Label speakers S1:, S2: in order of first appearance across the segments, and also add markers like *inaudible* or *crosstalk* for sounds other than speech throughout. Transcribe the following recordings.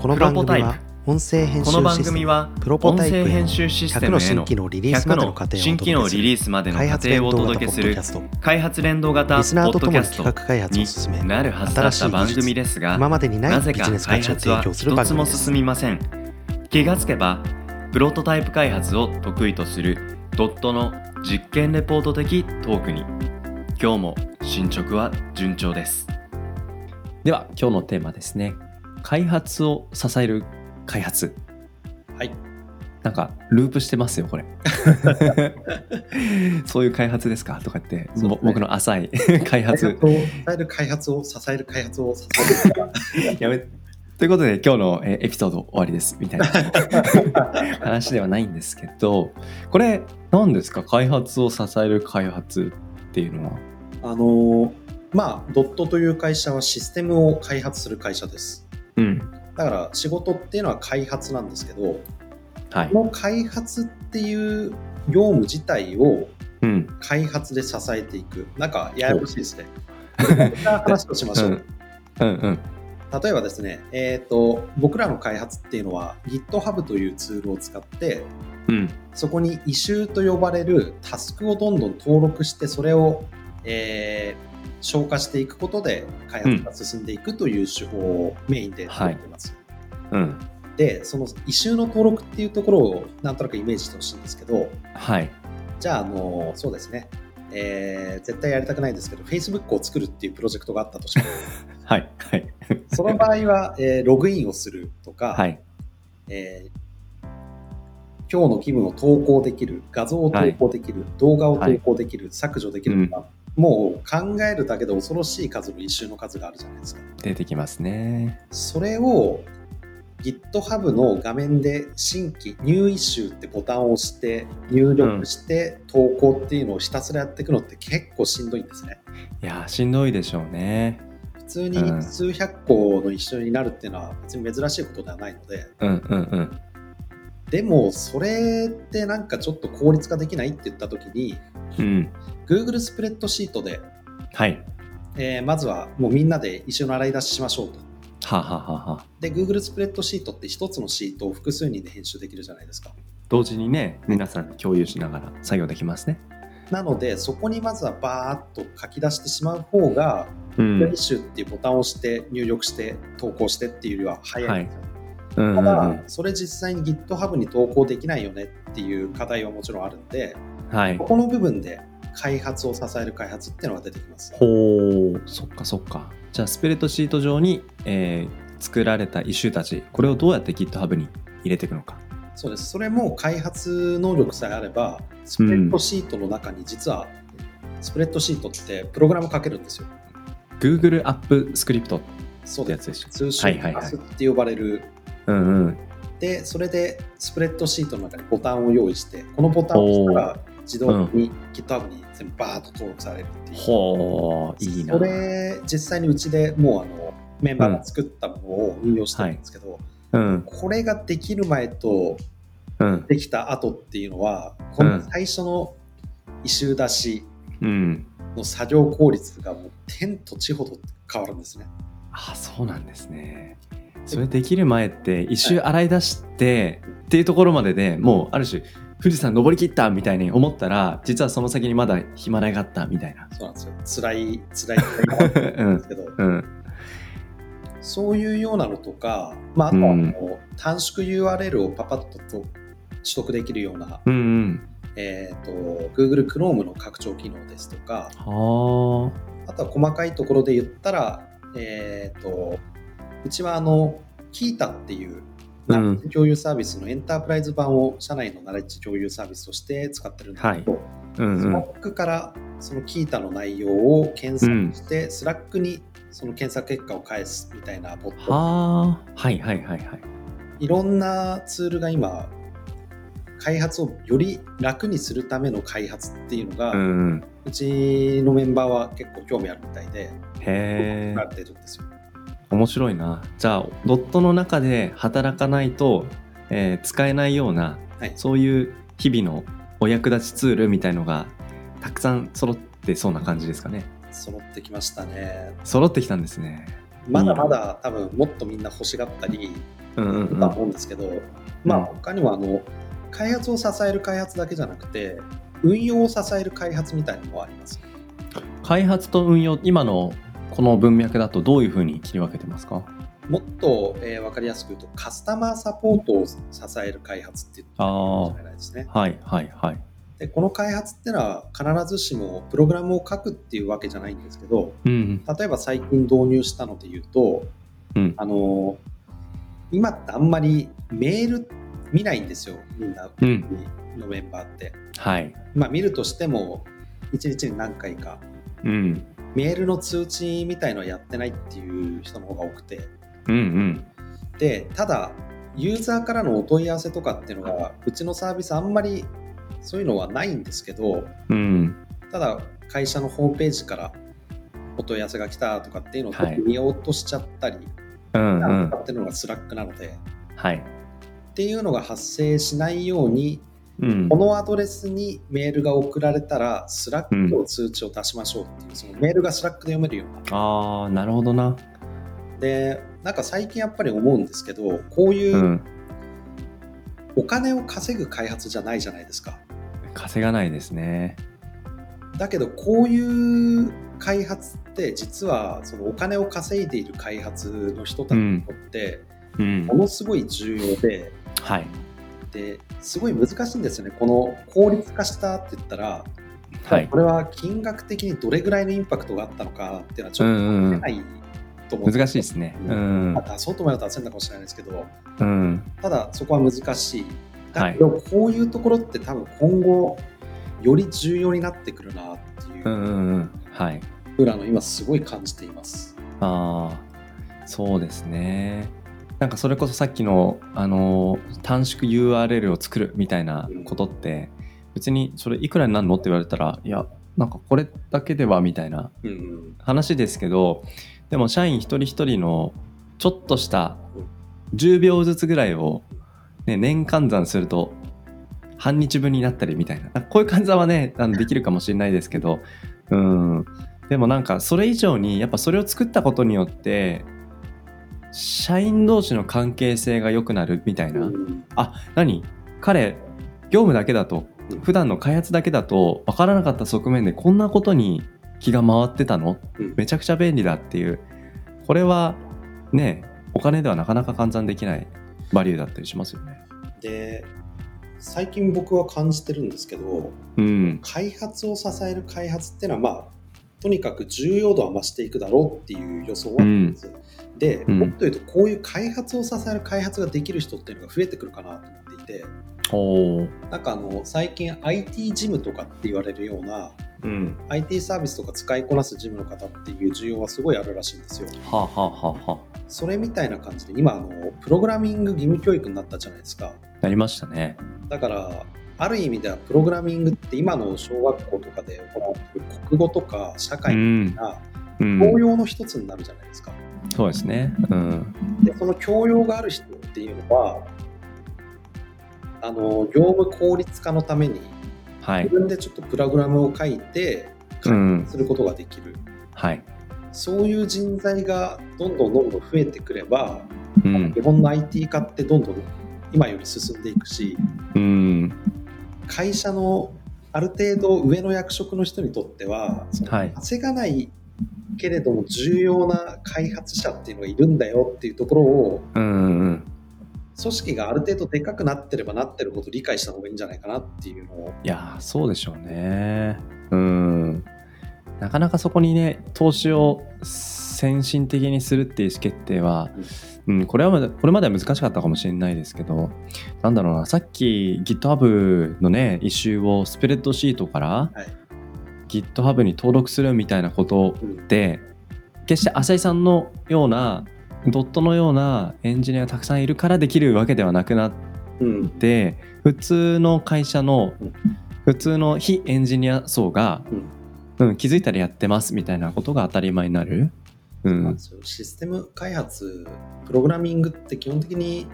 S1: この番組は音声編集
S2: この番
S1: システ
S2: 組
S1: ム
S2: は
S1: プロポ
S2: 音
S1: タイプ
S2: 声
S1: への
S2: 編集システ
S1: 100
S2: ム
S1: の
S2: へ
S1: 新
S2: の
S1: 規のリリースまでの過程
S2: 100
S1: を
S2: の
S1: お
S2: 新規の
S1: 届けす
S2: リ
S1: る
S2: リースまでの
S1: 開
S2: 過
S1: 発
S2: 程
S1: 連
S2: をお
S1: 動型ポッドキャスト
S2: 届けする開発連動型ポ
S1: リスナ
S2: ッ
S1: ーと
S2: ドキ
S1: 共
S2: ャ
S1: に
S2: ス
S1: 企画
S2: ト
S1: 開発を進め
S2: になるはずだ
S1: 新
S2: っ
S1: したい技
S2: 番組
S1: 術
S2: ですが
S1: 今までにな
S2: ない
S1: ビ
S2: ぜか
S1: ジネス価
S2: 開
S1: 値を
S2: 発は
S1: 提供する
S2: 一
S1: 番
S2: つ
S1: 組
S2: も
S1: です
S2: 進みません気がつけばプロトタイプ開発を得意とするドットの実験レポート的トークに今日も進捗は順調ですでは今日のテーマですね開発を支える開発
S3: はい
S2: なんかループしてますよ
S3: *laughs*
S2: これそういう開発ですかとか言って、
S3: そうですね
S2: ぼ僕の浅い開
S3: 開
S2: 発
S3: 発を支える開発を支える開発を支える
S2: やめということで今日のえーエピソード終わりですみたい *laughs* な話ではないんですけどこれ何ですか開発を支える開発っていうのは
S3: あのーまあドットという会社はシステムを開発する会社です
S2: うん
S3: だから仕事っていうのは開発なんですけど
S2: はい
S3: この開発っていう業務自体を
S2: うん
S3: 開発で支えていくなんかややこしいですねこんな話をしましょう、
S2: うんうんうん
S3: 例えばですね、えー、と僕らの開発っていうのは GitHub というツールを使って
S2: うん
S3: そこに異臭と呼ばれるタスクをどんどん登録して、それを、えー消化していくことで開発が進んでいくという手法をメインで取っています。
S2: うん
S3: で、その異臭の登録っていうところをなんとなくイメージしてほしいんですけど、
S2: はい
S3: じゃあ、あのそうですね、えー絶対やりたくないんですけど、Facebook を作るっていうプロジェクトがあった
S2: *laughs*
S3: としても、
S2: はいはい
S3: その場合は、えーログインをするとか、
S2: はい
S3: えー今日の気分を投稿できる、画像を投稿できる、動画を投稿できる、削除できるとか、もう考えるだけで恐ろしい数の一周の数があるじゃないですか。
S2: 出てきますね
S3: それを GitHub の画面で新規入一周ってボタンを押して入力して投稿っていうのをひたすらやっていくのって結構しんどいんですね。
S2: いやーしんどいでしょうね
S3: 普通
S2: うん
S3: に数百個の一周になるっていうのは別に珍しいことではないので、
S2: うんうんうん
S3: でもそれってなんかちょっと効率化できないって言った時に
S2: うん
S3: Google スプレッドシートで、
S2: はい
S3: えーまずはもうみんなで一緒の洗い出ししましょうと
S2: はあはあはあはあ
S3: で Google スプレッドシートって一つのシートを複数人で編集できるじゃないですか
S2: 同時にね皆さん共有しながら作業できますね
S3: なのでそこにまずはバーッと書き出してしまう方が
S2: う
S3: 「編
S2: ん
S3: 集」っていうボタンを押して入力して投稿してっていうよりは早いんです
S2: う
S3: よ、
S2: んうんう
S3: た
S2: ん
S3: だそれ実際に GitHub に投稿できないよねっていう課題はもちろんあるんで
S2: はい
S3: ここの部分で開発を支える開発っていうのが出てきます
S2: ほうそっかそっかじゃあスプレッドシート上に、えー作られたイシューたちこれをどうやって GitHub に入れていくのか
S3: そうです。それも開発能力さえあれば、スプレッドシートの中に実は、スプレッドシートってプログラム書けるんですよ。
S2: Google アップスクリプトっ
S3: そう
S2: てや
S3: で
S2: つでしょ
S3: す。通
S2: は
S3: 称
S2: いはいはい
S3: パスって呼ばれる。
S2: うんうん
S3: で、それでスプレッドシートの中にボタンを用意して、このボタンを押したら自動に GitHub に全部バーッと登録されるっていう。
S2: ほういいな
S3: それ、実際にうちでもうあのメンバーが作ったものを運用してるんですけど、
S2: うん
S3: これができる前と
S2: うん
S3: できた後っていうのは、この最初の異臭出し、
S2: うん
S3: の作業効率がもう天と地ほど変わるんですね。
S2: あそうなんですねそれできる前って一周洗い出して、っていうところまででもうある種富士山登り切ったみたいに思ったら実はその先にまだヒマラヤがあったみたいな *laughs*
S3: そうなんですよ。辛い、辛い、辛い *laughs* なんですけど、
S2: うん
S3: そういうようなのとか、まあ、あとはあの短縮 URL をパパッとと取得できるような、
S2: うんうん
S3: えっ、と、Google Chrome の拡張機能ですとか、
S2: は
S3: あとは細かいところで言ったら、えっ、と、うちはあの、キータっていう、ナレッジ共有サービスのエンタープライズ版を社内のナレッジ共有サービスとして使ってるんですけど、
S2: あうん
S3: ス
S2: う
S3: ラ
S2: ん
S3: ックからそのキータの内容を検索して、スラックにその検索結果を返すみたいなボット、
S2: はあはいはいはいはい
S3: いろんなツールが今、開発をより楽にするための開発っていうのが、
S2: う
S3: う
S2: う
S3: ん
S2: ん
S3: ちのメンバーは結構興味あるみたいで、
S2: へえ
S3: なってるんですよ。
S2: 面白いなじゃあドットの中で働かないと、えー使えないような
S3: はい、
S2: そういう日々のお役立ちツールみたいのがたくさん揃ってそうな感じですかね
S3: 揃ってきましたね。
S2: 揃ってきたんですね
S3: まだまだ多分もっとみんな欲しがったり
S2: うんうんう
S3: だと
S2: ん
S3: 思うんですけど、まあ他にもあの開発を支える開発だけじゃなくて運用を支える開発みたいなのもあります。
S2: 開発と運用今のこの文脈だとどういうふうに切り分けてますか
S3: もっと、え分かりやすく言うとカスタマーサポートを支える開発って言ってもいいんじゃないですね。
S2: はいはいはい
S3: でこの開発ってのは必ずしもプログラムを書くっていうわけじゃないんですけど
S2: うん
S3: 例えば最近導入したので言うと
S2: うん
S3: あの今ってあんまりメール見ないんですよみんな
S2: うん
S3: のメンバーって。
S2: はい
S3: まあ、見るとしても1日に何回か
S2: うん
S3: メールの通知みたいのはやってないっていう人の方が多くて
S2: うんうん
S3: でただユーザーからのお問い合わせとかっていうのがうちのサービスあんまりそういうのはないんですけど
S2: うん
S3: ただ会社のホームページからお問い合わせが来たとかっていうのを
S2: はい
S3: 見ようとしちゃったり、
S2: うんう
S3: なん
S2: ん
S3: とかっていうのがスラックなのでっ
S2: はい
S3: ていうのが発生しないように
S2: うん
S3: このアドレスにメールが送られたら、スラックの通知を出しましょうっていう、そのメールがスラックで読めるよう
S2: ああなるほどな
S3: な。で、なんか最近やっぱり思うんですけど、こういううんお金を稼ぐ開発じゃないじゃないですか。
S2: 稼がないですね
S3: だけど、こういう開発って、実はそのお金を稼いでいる開発の人たちにとって、
S2: うん
S3: ものすごい重要で、
S2: はい
S3: で、すごい難しいんですよね。この効率化したって言ったら、
S2: はい
S3: これは金額的にどれぐらいのインパクトがあったのかっていうのはちょっと
S2: うんうんうん
S3: 出ないと思う、
S2: 難しいですねうん
S3: まあ出そうと思えば出せるのかもしれないですけど
S2: うん
S3: ただそこは難しい
S2: は
S3: だ
S2: い
S3: けどこういうところって多分今後より重要になってくるなっていううん
S2: うんうんはい
S3: ふうなの今すごい感じています、
S2: ああそうですねなんかそれこそさっきの、あのー短縮 URL を作るみたいなことって別にそれいくらになるのって言われたらいやなんかこれだけではみたいな
S3: うんうん
S2: 話ですけどでも社員一人一人のちょっとした10秒ずつぐらいを、ね、年換算すると半日分になったりみたいなこういう換算はねあのできるかもしれないですけどうんでもなんかそれ以上にやっぱそれを作ったことによって社員同士の関係性が良くなるみたいな、
S3: うん
S2: 何彼業務だけだと
S3: うん
S2: 普段の開発だけだと分からなかった側面でこんなことに気が回ってたの
S3: うん
S2: めちゃくちゃ便利だっていうこれはねお金ではなかなか換算できないバリューだったりしますよね。
S3: で最近僕は感じてるんですけど
S2: うん、
S3: 開発を支える開発っていうのはまあとにかく重要度は増していくだろうっていう予想はあるんです、で、
S2: うん
S3: もっと言うとこういう開発を支える開発ができる人っていうのが増えてくるかなと思っていて
S2: おー
S3: なんかあの最近 IT ジムとかって言われるような
S2: うん、
S3: IT サービスとか使いこなすジムの方っていう需要はすごいあるらしいんですよ
S2: はあ、はあはあはあ、
S3: それみたいな感じで今あのプログラミング義務教育になったじゃないですか
S2: なりましたね。
S3: だからある意味ではプログラミングって今の小学校とかで行われてる国語とか社
S2: う
S3: 会み
S2: ん
S3: たいな
S2: うん、
S3: 教養の一つになるじゃないですか。
S2: そうですね。うん、
S3: でその教養がある人っていうのはあの業務効率化のために
S2: は
S3: 自
S2: い、
S3: 分でちょっとプログラムを書いて
S2: うん、
S3: することができる、
S2: はい、
S3: そういう人材がどんどんどんどん増えてくれば
S2: うん
S3: 日、本の IT 化ってどんどん今より進んでいくし
S2: うん、
S3: 会社のある程度上の役職の人にとってはその
S2: はい、
S3: 稼がないけれども重要な開発者っていうのがいるんだよっていうところを
S2: うん、うんうん、
S3: 組織がある程度でかくなってればなってるほど理解した方がいいんじゃないかなっていうのを、
S2: いやーそうでしょうねうんなかなかそこにね投資を先進的にするっていう意思決定は、うん、これはまだこれまでは難しかったかもしれないですけどなんだろうなさっき GitHub のね一周をスプレッドシートから、
S3: い
S2: GitHub に登録するみたいなことで決して浅井さんのようなドットのようなエンジニアがたくさんいるからできるわけではなくなっ
S3: うん
S2: で普通の会社の
S3: うん
S2: 普通の非エンジニア層が、うん、気づいたらやってますみたいなことが当たり前になる、う
S3: まあ
S2: ん、
S3: そうシステム開発プログラミングって基本的に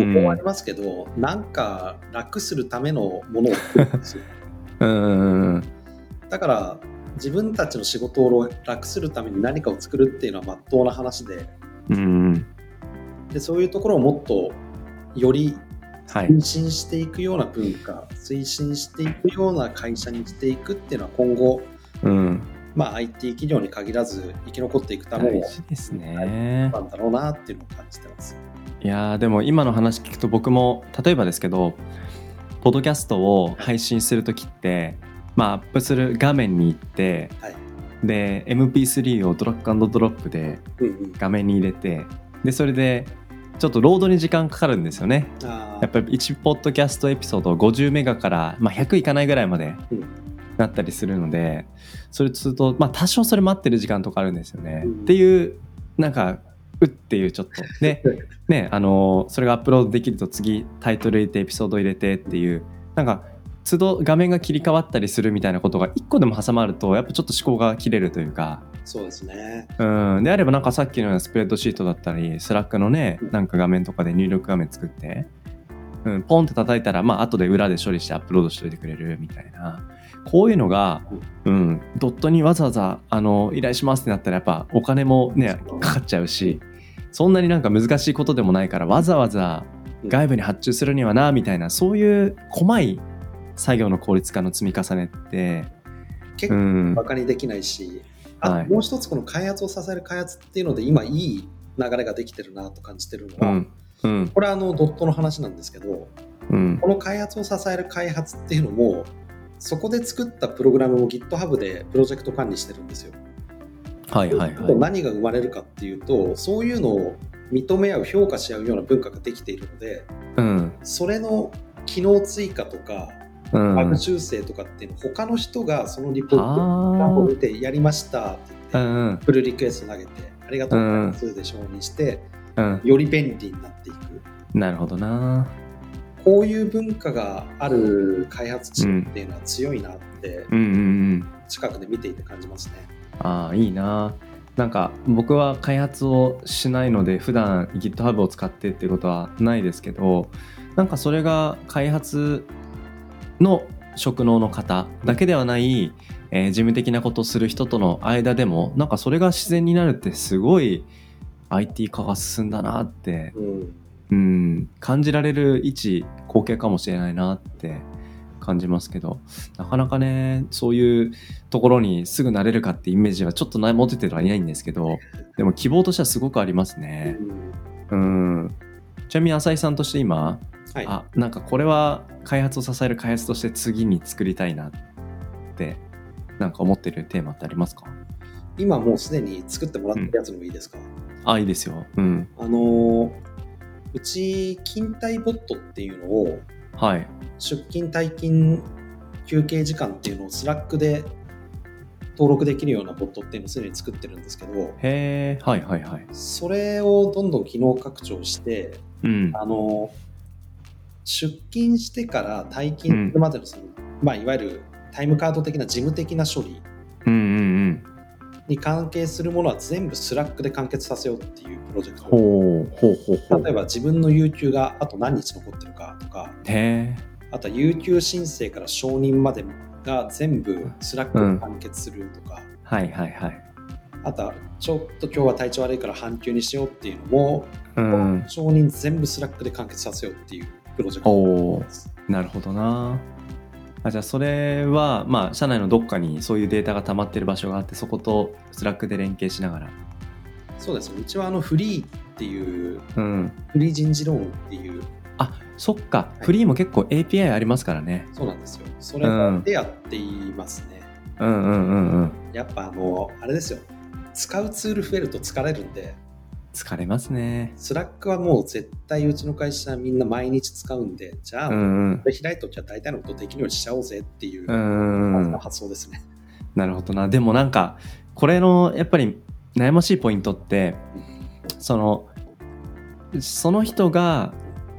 S2: うん
S3: こはありますけど、なんか楽するためのものを作るんですよ
S2: うん
S3: だから自分たちの仕事を楽するために何かを作るっていうのはまっとうな話で
S2: うん
S3: でそういうところをもっとより
S2: はい
S3: 推進していくような文化推進していくような会社にしていくっていうのは今後、
S2: うん
S3: まあ、IT 企業に限らず生き残っていくため
S2: 大
S3: の
S2: 事ですね
S3: なんだろうなっていうのを感じてます。
S2: いやーでも今の話聞くと僕も例えばですけどポッドキャストを配信する時ってまあアップする画面に行って、
S3: はい
S2: で MP3 をドラッグドロップで
S3: うんうん、
S2: 画面に入れてでそれでちょっとロードに時間かかるんですよね
S3: あ
S2: やっぱり1ポッドキャストエピソード50メガから、まあ、100いかないぐらいまで
S3: うん
S2: なったりするのでそれすると、まあ、多少それ待ってる時間とかあるんですよね。
S3: うん
S2: っていうなんかうっていうちょっとで
S3: *laughs*
S2: ねあのーそれがアップロードできると次タイトル入れてエピソード入れてっていうなんか都度画面が切り替わったりするみたいなことが1個でも挟まるとやっぱちょっと思考が切れるというか。
S3: そうですね。
S2: うん、であればなんかさっきのようなスプレッドシートだったりスラックのね
S3: うん
S2: なんか画面とかで入力画面作って、うん、ポンって叩いたらまあ後で裏で処理してアップロードしといてくれるみたいなこういうのが、うん、ドットにわざわざあの依頼しますってなったらやっぱお金もね
S3: そう
S2: かかっちゃうしそんなになんか難しいことでもないからわざわざ外部に発注するにはなみたいなそういう細い作業の効率化の積み重ねって、
S3: 結
S2: う
S3: 構
S2: ん
S3: バ、カにできないし、あと
S2: はい
S3: もう一つこの開発を支える開発っていうので今いい流れができてるなと感じてるの
S2: う
S3: は、
S2: んうん
S3: これはあのドットの話なんですけど
S2: うん
S3: この開発を支える開発っていうのもそこで作ったプログラムを GitHub でプロジェクト管理してるんですよ。
S2: はいはいは
S3: 何が生まれるかっていうとそういうのを認め合う評価し合うような文化ができているので
S2: い。うん
S3: それの機能追加とか
S2: う
S3: バグ
S2: ん
S3: 修正とかっていうの他の人がそのリポートを
S2: あ
S3: 見てやりましたって言って
S2: あ、うんうん
S3: フルリクエスト投げてありがとうございますで承認して
S2: うん、
S3: より便利になっていく
S2: なるほどな。
S3: こういう文化がある開発チームっていうのは強いなって
S2: うんうんうん。
S3: 近くで見ていて感じますね。
S2: ああ、いいな。なんか僕は開発をしないので普段 GitHub を使ってっていうことはないですけどなんかそれが開発の職能の方だけではない、えー事務的なことをする人との間でもなんかそれが自然になるってすごい IT 化が進んだなって
S3: うん
S2: うん、感じられる一光景かもしれないなって感じますけどなかなかねそういうところにすぐ慣れるかってイメージはちょっとない持ててはいないんですけどでも希望としてはすごくありますね。うんちなみに浅井さんとして今、
S3: はい、
S2: あなんかこれは開発を支える開発として次に作りたいなってなんか思ってるテーマってありますか
S3: 今もうすでに作ってもらってるやつでもいいですか、
S2: あいいですよ。うん、
S3: あのーうち勤怠ボットっていうのを
S2: はい
S3: 出勤退勤休憩時間っていうのをスラックで登録できるようなボットっていうのをすでに作ってるんですけど
S2: へえはいはいはい。
S3: それをどんどん機能拡張して
S2: うん
S3: あの出勤してから退勤するまでのその、まあ、いわゆるタイムカード的な事務的な処理
S2: うんうん
S3: に関係するものは全部スラックで完結させようっていうプロジェク
S2: うん。
S3: ト
S2: ほうほうほうほう。
S3: 例えば自分の有給があと何日残ってるかとか
S2: へえ
S3: あとは有給申請から承認までが全部スラックで完結するとか、
S2: はいはいはい。
S3: あとはちょっと今日は体調悪いから半休にしようっていうのも、
S2: うん。
S3: 承認全部スラックで完結させようっていうプロジェク
S2: お
S3: ト
S2: お
S3: で、す。
S2: なるほどな。あじゃあそれはまあ社内のどっかにそういうデータが溜まってる場所があってそことスラックで連携しながら。
S3: そうですね。うちはあのフリーっていう、
S2: うん。
S3: フリー人事ローンっていう、
S2: あそっか、
S3: い
S2: フリーも結構 API ありますからね。
S3: そうなんですよ。それでやっていますね。
S2: うんうんうんうん。
S3: やっぱあの、あれですよ。使うツール増えると疲れるんで、
S2: 疲れますね。
S3: スラックはもう絶対うちの会社みんな毎日使うんで、じゃあ、
S2: う
S3: こ
S2: んうん。
S3: れ開いときゃ大体のことできるようにしちゃおうぜっていう
S2: う
S3: ま
S2: んうんう
S3: ず
S2: ん
S3: の。発想ですね。
S2: なるほどな。でもなんか、これのやっぱり悩ましいポイントって、その、その人が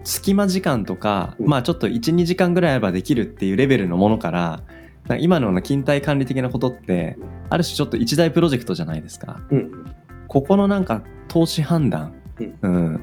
S2: 隙間時間とか、
S3: うん
S2: まあちょっと1、2時間ぐらいあればできるっていうレベルのものから、なんか今のような勤怠管理的なことって、ある種ちょっと一大プロジェクトじゃないですか。
S3: うん。
S2: ここのなんか投資判断、うん意思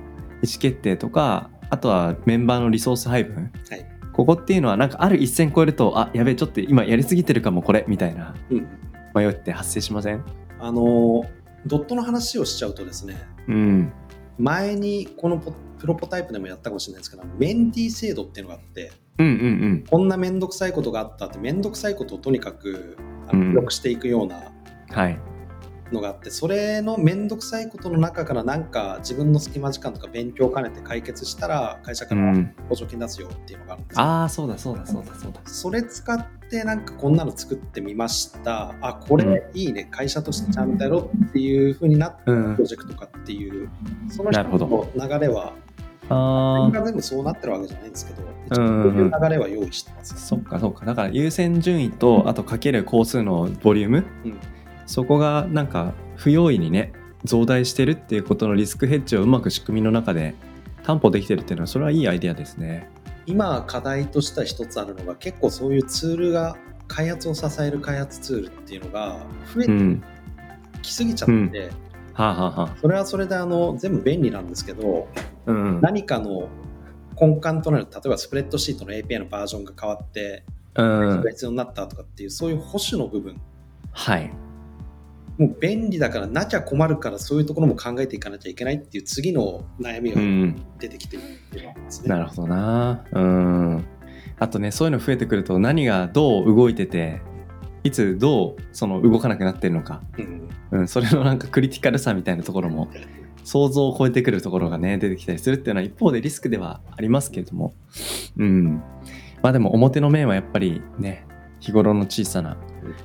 S2: 決定とかあとはメンバーのリソース配分、
S3: はい
S2: ここっていうのはなんかある一線超えるとあやべえちょっと今やりすぎてるかもこれみたいな
S3: うん。
S2: 迷いって発生しません
S3: あの、ドットの話をしちゃうとですね、
S2: うん。
S3: 前にこのポプロポタイプでもやったかもしれないですけどメンディー制度っていうのがあって
S2: うんうん
S3: こんな面倒くさいことがあったって面倒くさいことをとにかくあ
S2: うん
S3: の記録していくような
S2: うん。はい。
S3: のがあって、それの面倒くさいことの中からなんか自分の隙間時間とか勉強を兼ねて解決したら会社
S2: う
S3: から
S2: ん。
S3: 補助金出すよっていうのがあるんですよ
S2: ああ、そうだそうだそうだそうだ。
S3: それ使ってなんかこんなの作ってみましたあこれいいね会社としてちゃんとやろうっていう風になった
S2: うん
S3: プロ。ジェクトとかっていうその
S2: な
S3: 人
S2: るほど
S3: の流れは
S2: あ
S3: 全
S2: あ、
S3: 部全部そうなってるわけじゃないんですけど、一応
S2: う
S3: そうん
S2: うん
S3: いう流れは用意してます。
S2: そっかそっか。だから優先順位と、あとかける工数のボリューム、
S3: うん
S2: そこがなんか不用意にね、増大してるっていうことのリスクヘッジをうまく仕組みの中で担保できてるっていうのは、それはいいアイデアですね。
S3: 今課題としては一つあるのが結構そういうツールが開発を支える開発ツールっていうのが増え
S2: う
S3: て
S2: ん。
S3: きすぎちゃって、
S2: うんはあ、はあはあ、
S3: それはそれであの全部便利なんですけど
S2: うんうん。
S3: 何かの根幹となる例えばスプレッドシートの API のバージョンが変わって
S2: うん
S3: が。必要になったとかっていうそういう保守の部分
S2: はい。
S3: もう便利だからなきゃ困るからそういうところも考えていかなきゃいけないっていう次の悩み
S2: う
S3: が
S2: ん。
S3: 出てきてるっていうのはありますね。
S2: なるほどなうんあとねそういうの増えてくると何がどう動いてていつどうその動かなくなってるのか、
S3: う
S2: う
S3: ん
S2: ん、それのなんかクリティカルさみたいなところも想像を超えてくるところがね出てきたりするっていうのは一方でリスクではありますけれどもうんまあでも表の面はやっぱりね日頃の小さな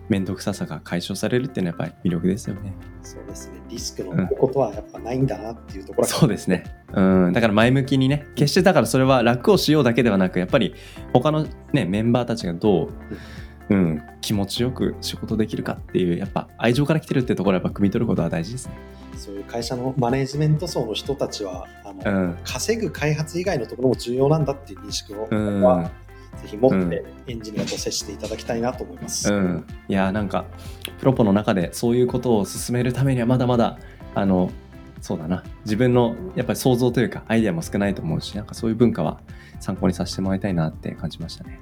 S2: 面倒くささが解消されるっていうのはやっぱり魅力ですよね。
S3: そうですね、リスクのないことはやっぱないんだなっていうところは、
S2: そうですね。うん、だから前向きにね、決してだからそれは楽をしようだけではなく、やっぱり他のね、メンバーたちがどう、うん、気持ちよく仕事できるかっていう、やっぱ愛情から来てるってところはやっぱ汲み取ることは大事ですね。
S3: そういう会社のマネジメント層の人たちはあの、
S2: うん。
S3: 稼ぐ開発以外のところも重要なんだっていう認識を、
S2: うん。
S3: はぜひ持
S2: う
S3: っ
S2: ん
S3: てエンジニアと接していただきたいなと思います。
S2: うん、いやーなんかプロポの中でそういうことを進めるためにはまだまだあのそうだな自分のやっぱり想像というかアイデアも少ないと思うしなんかそういう文化は参考にさせてもらいたいなって感じましたね。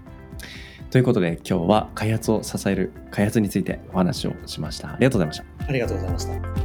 S2: ということで今日は開発を支える開発についてお話をしました。ありがとうございました。
S3: ありがとうございました。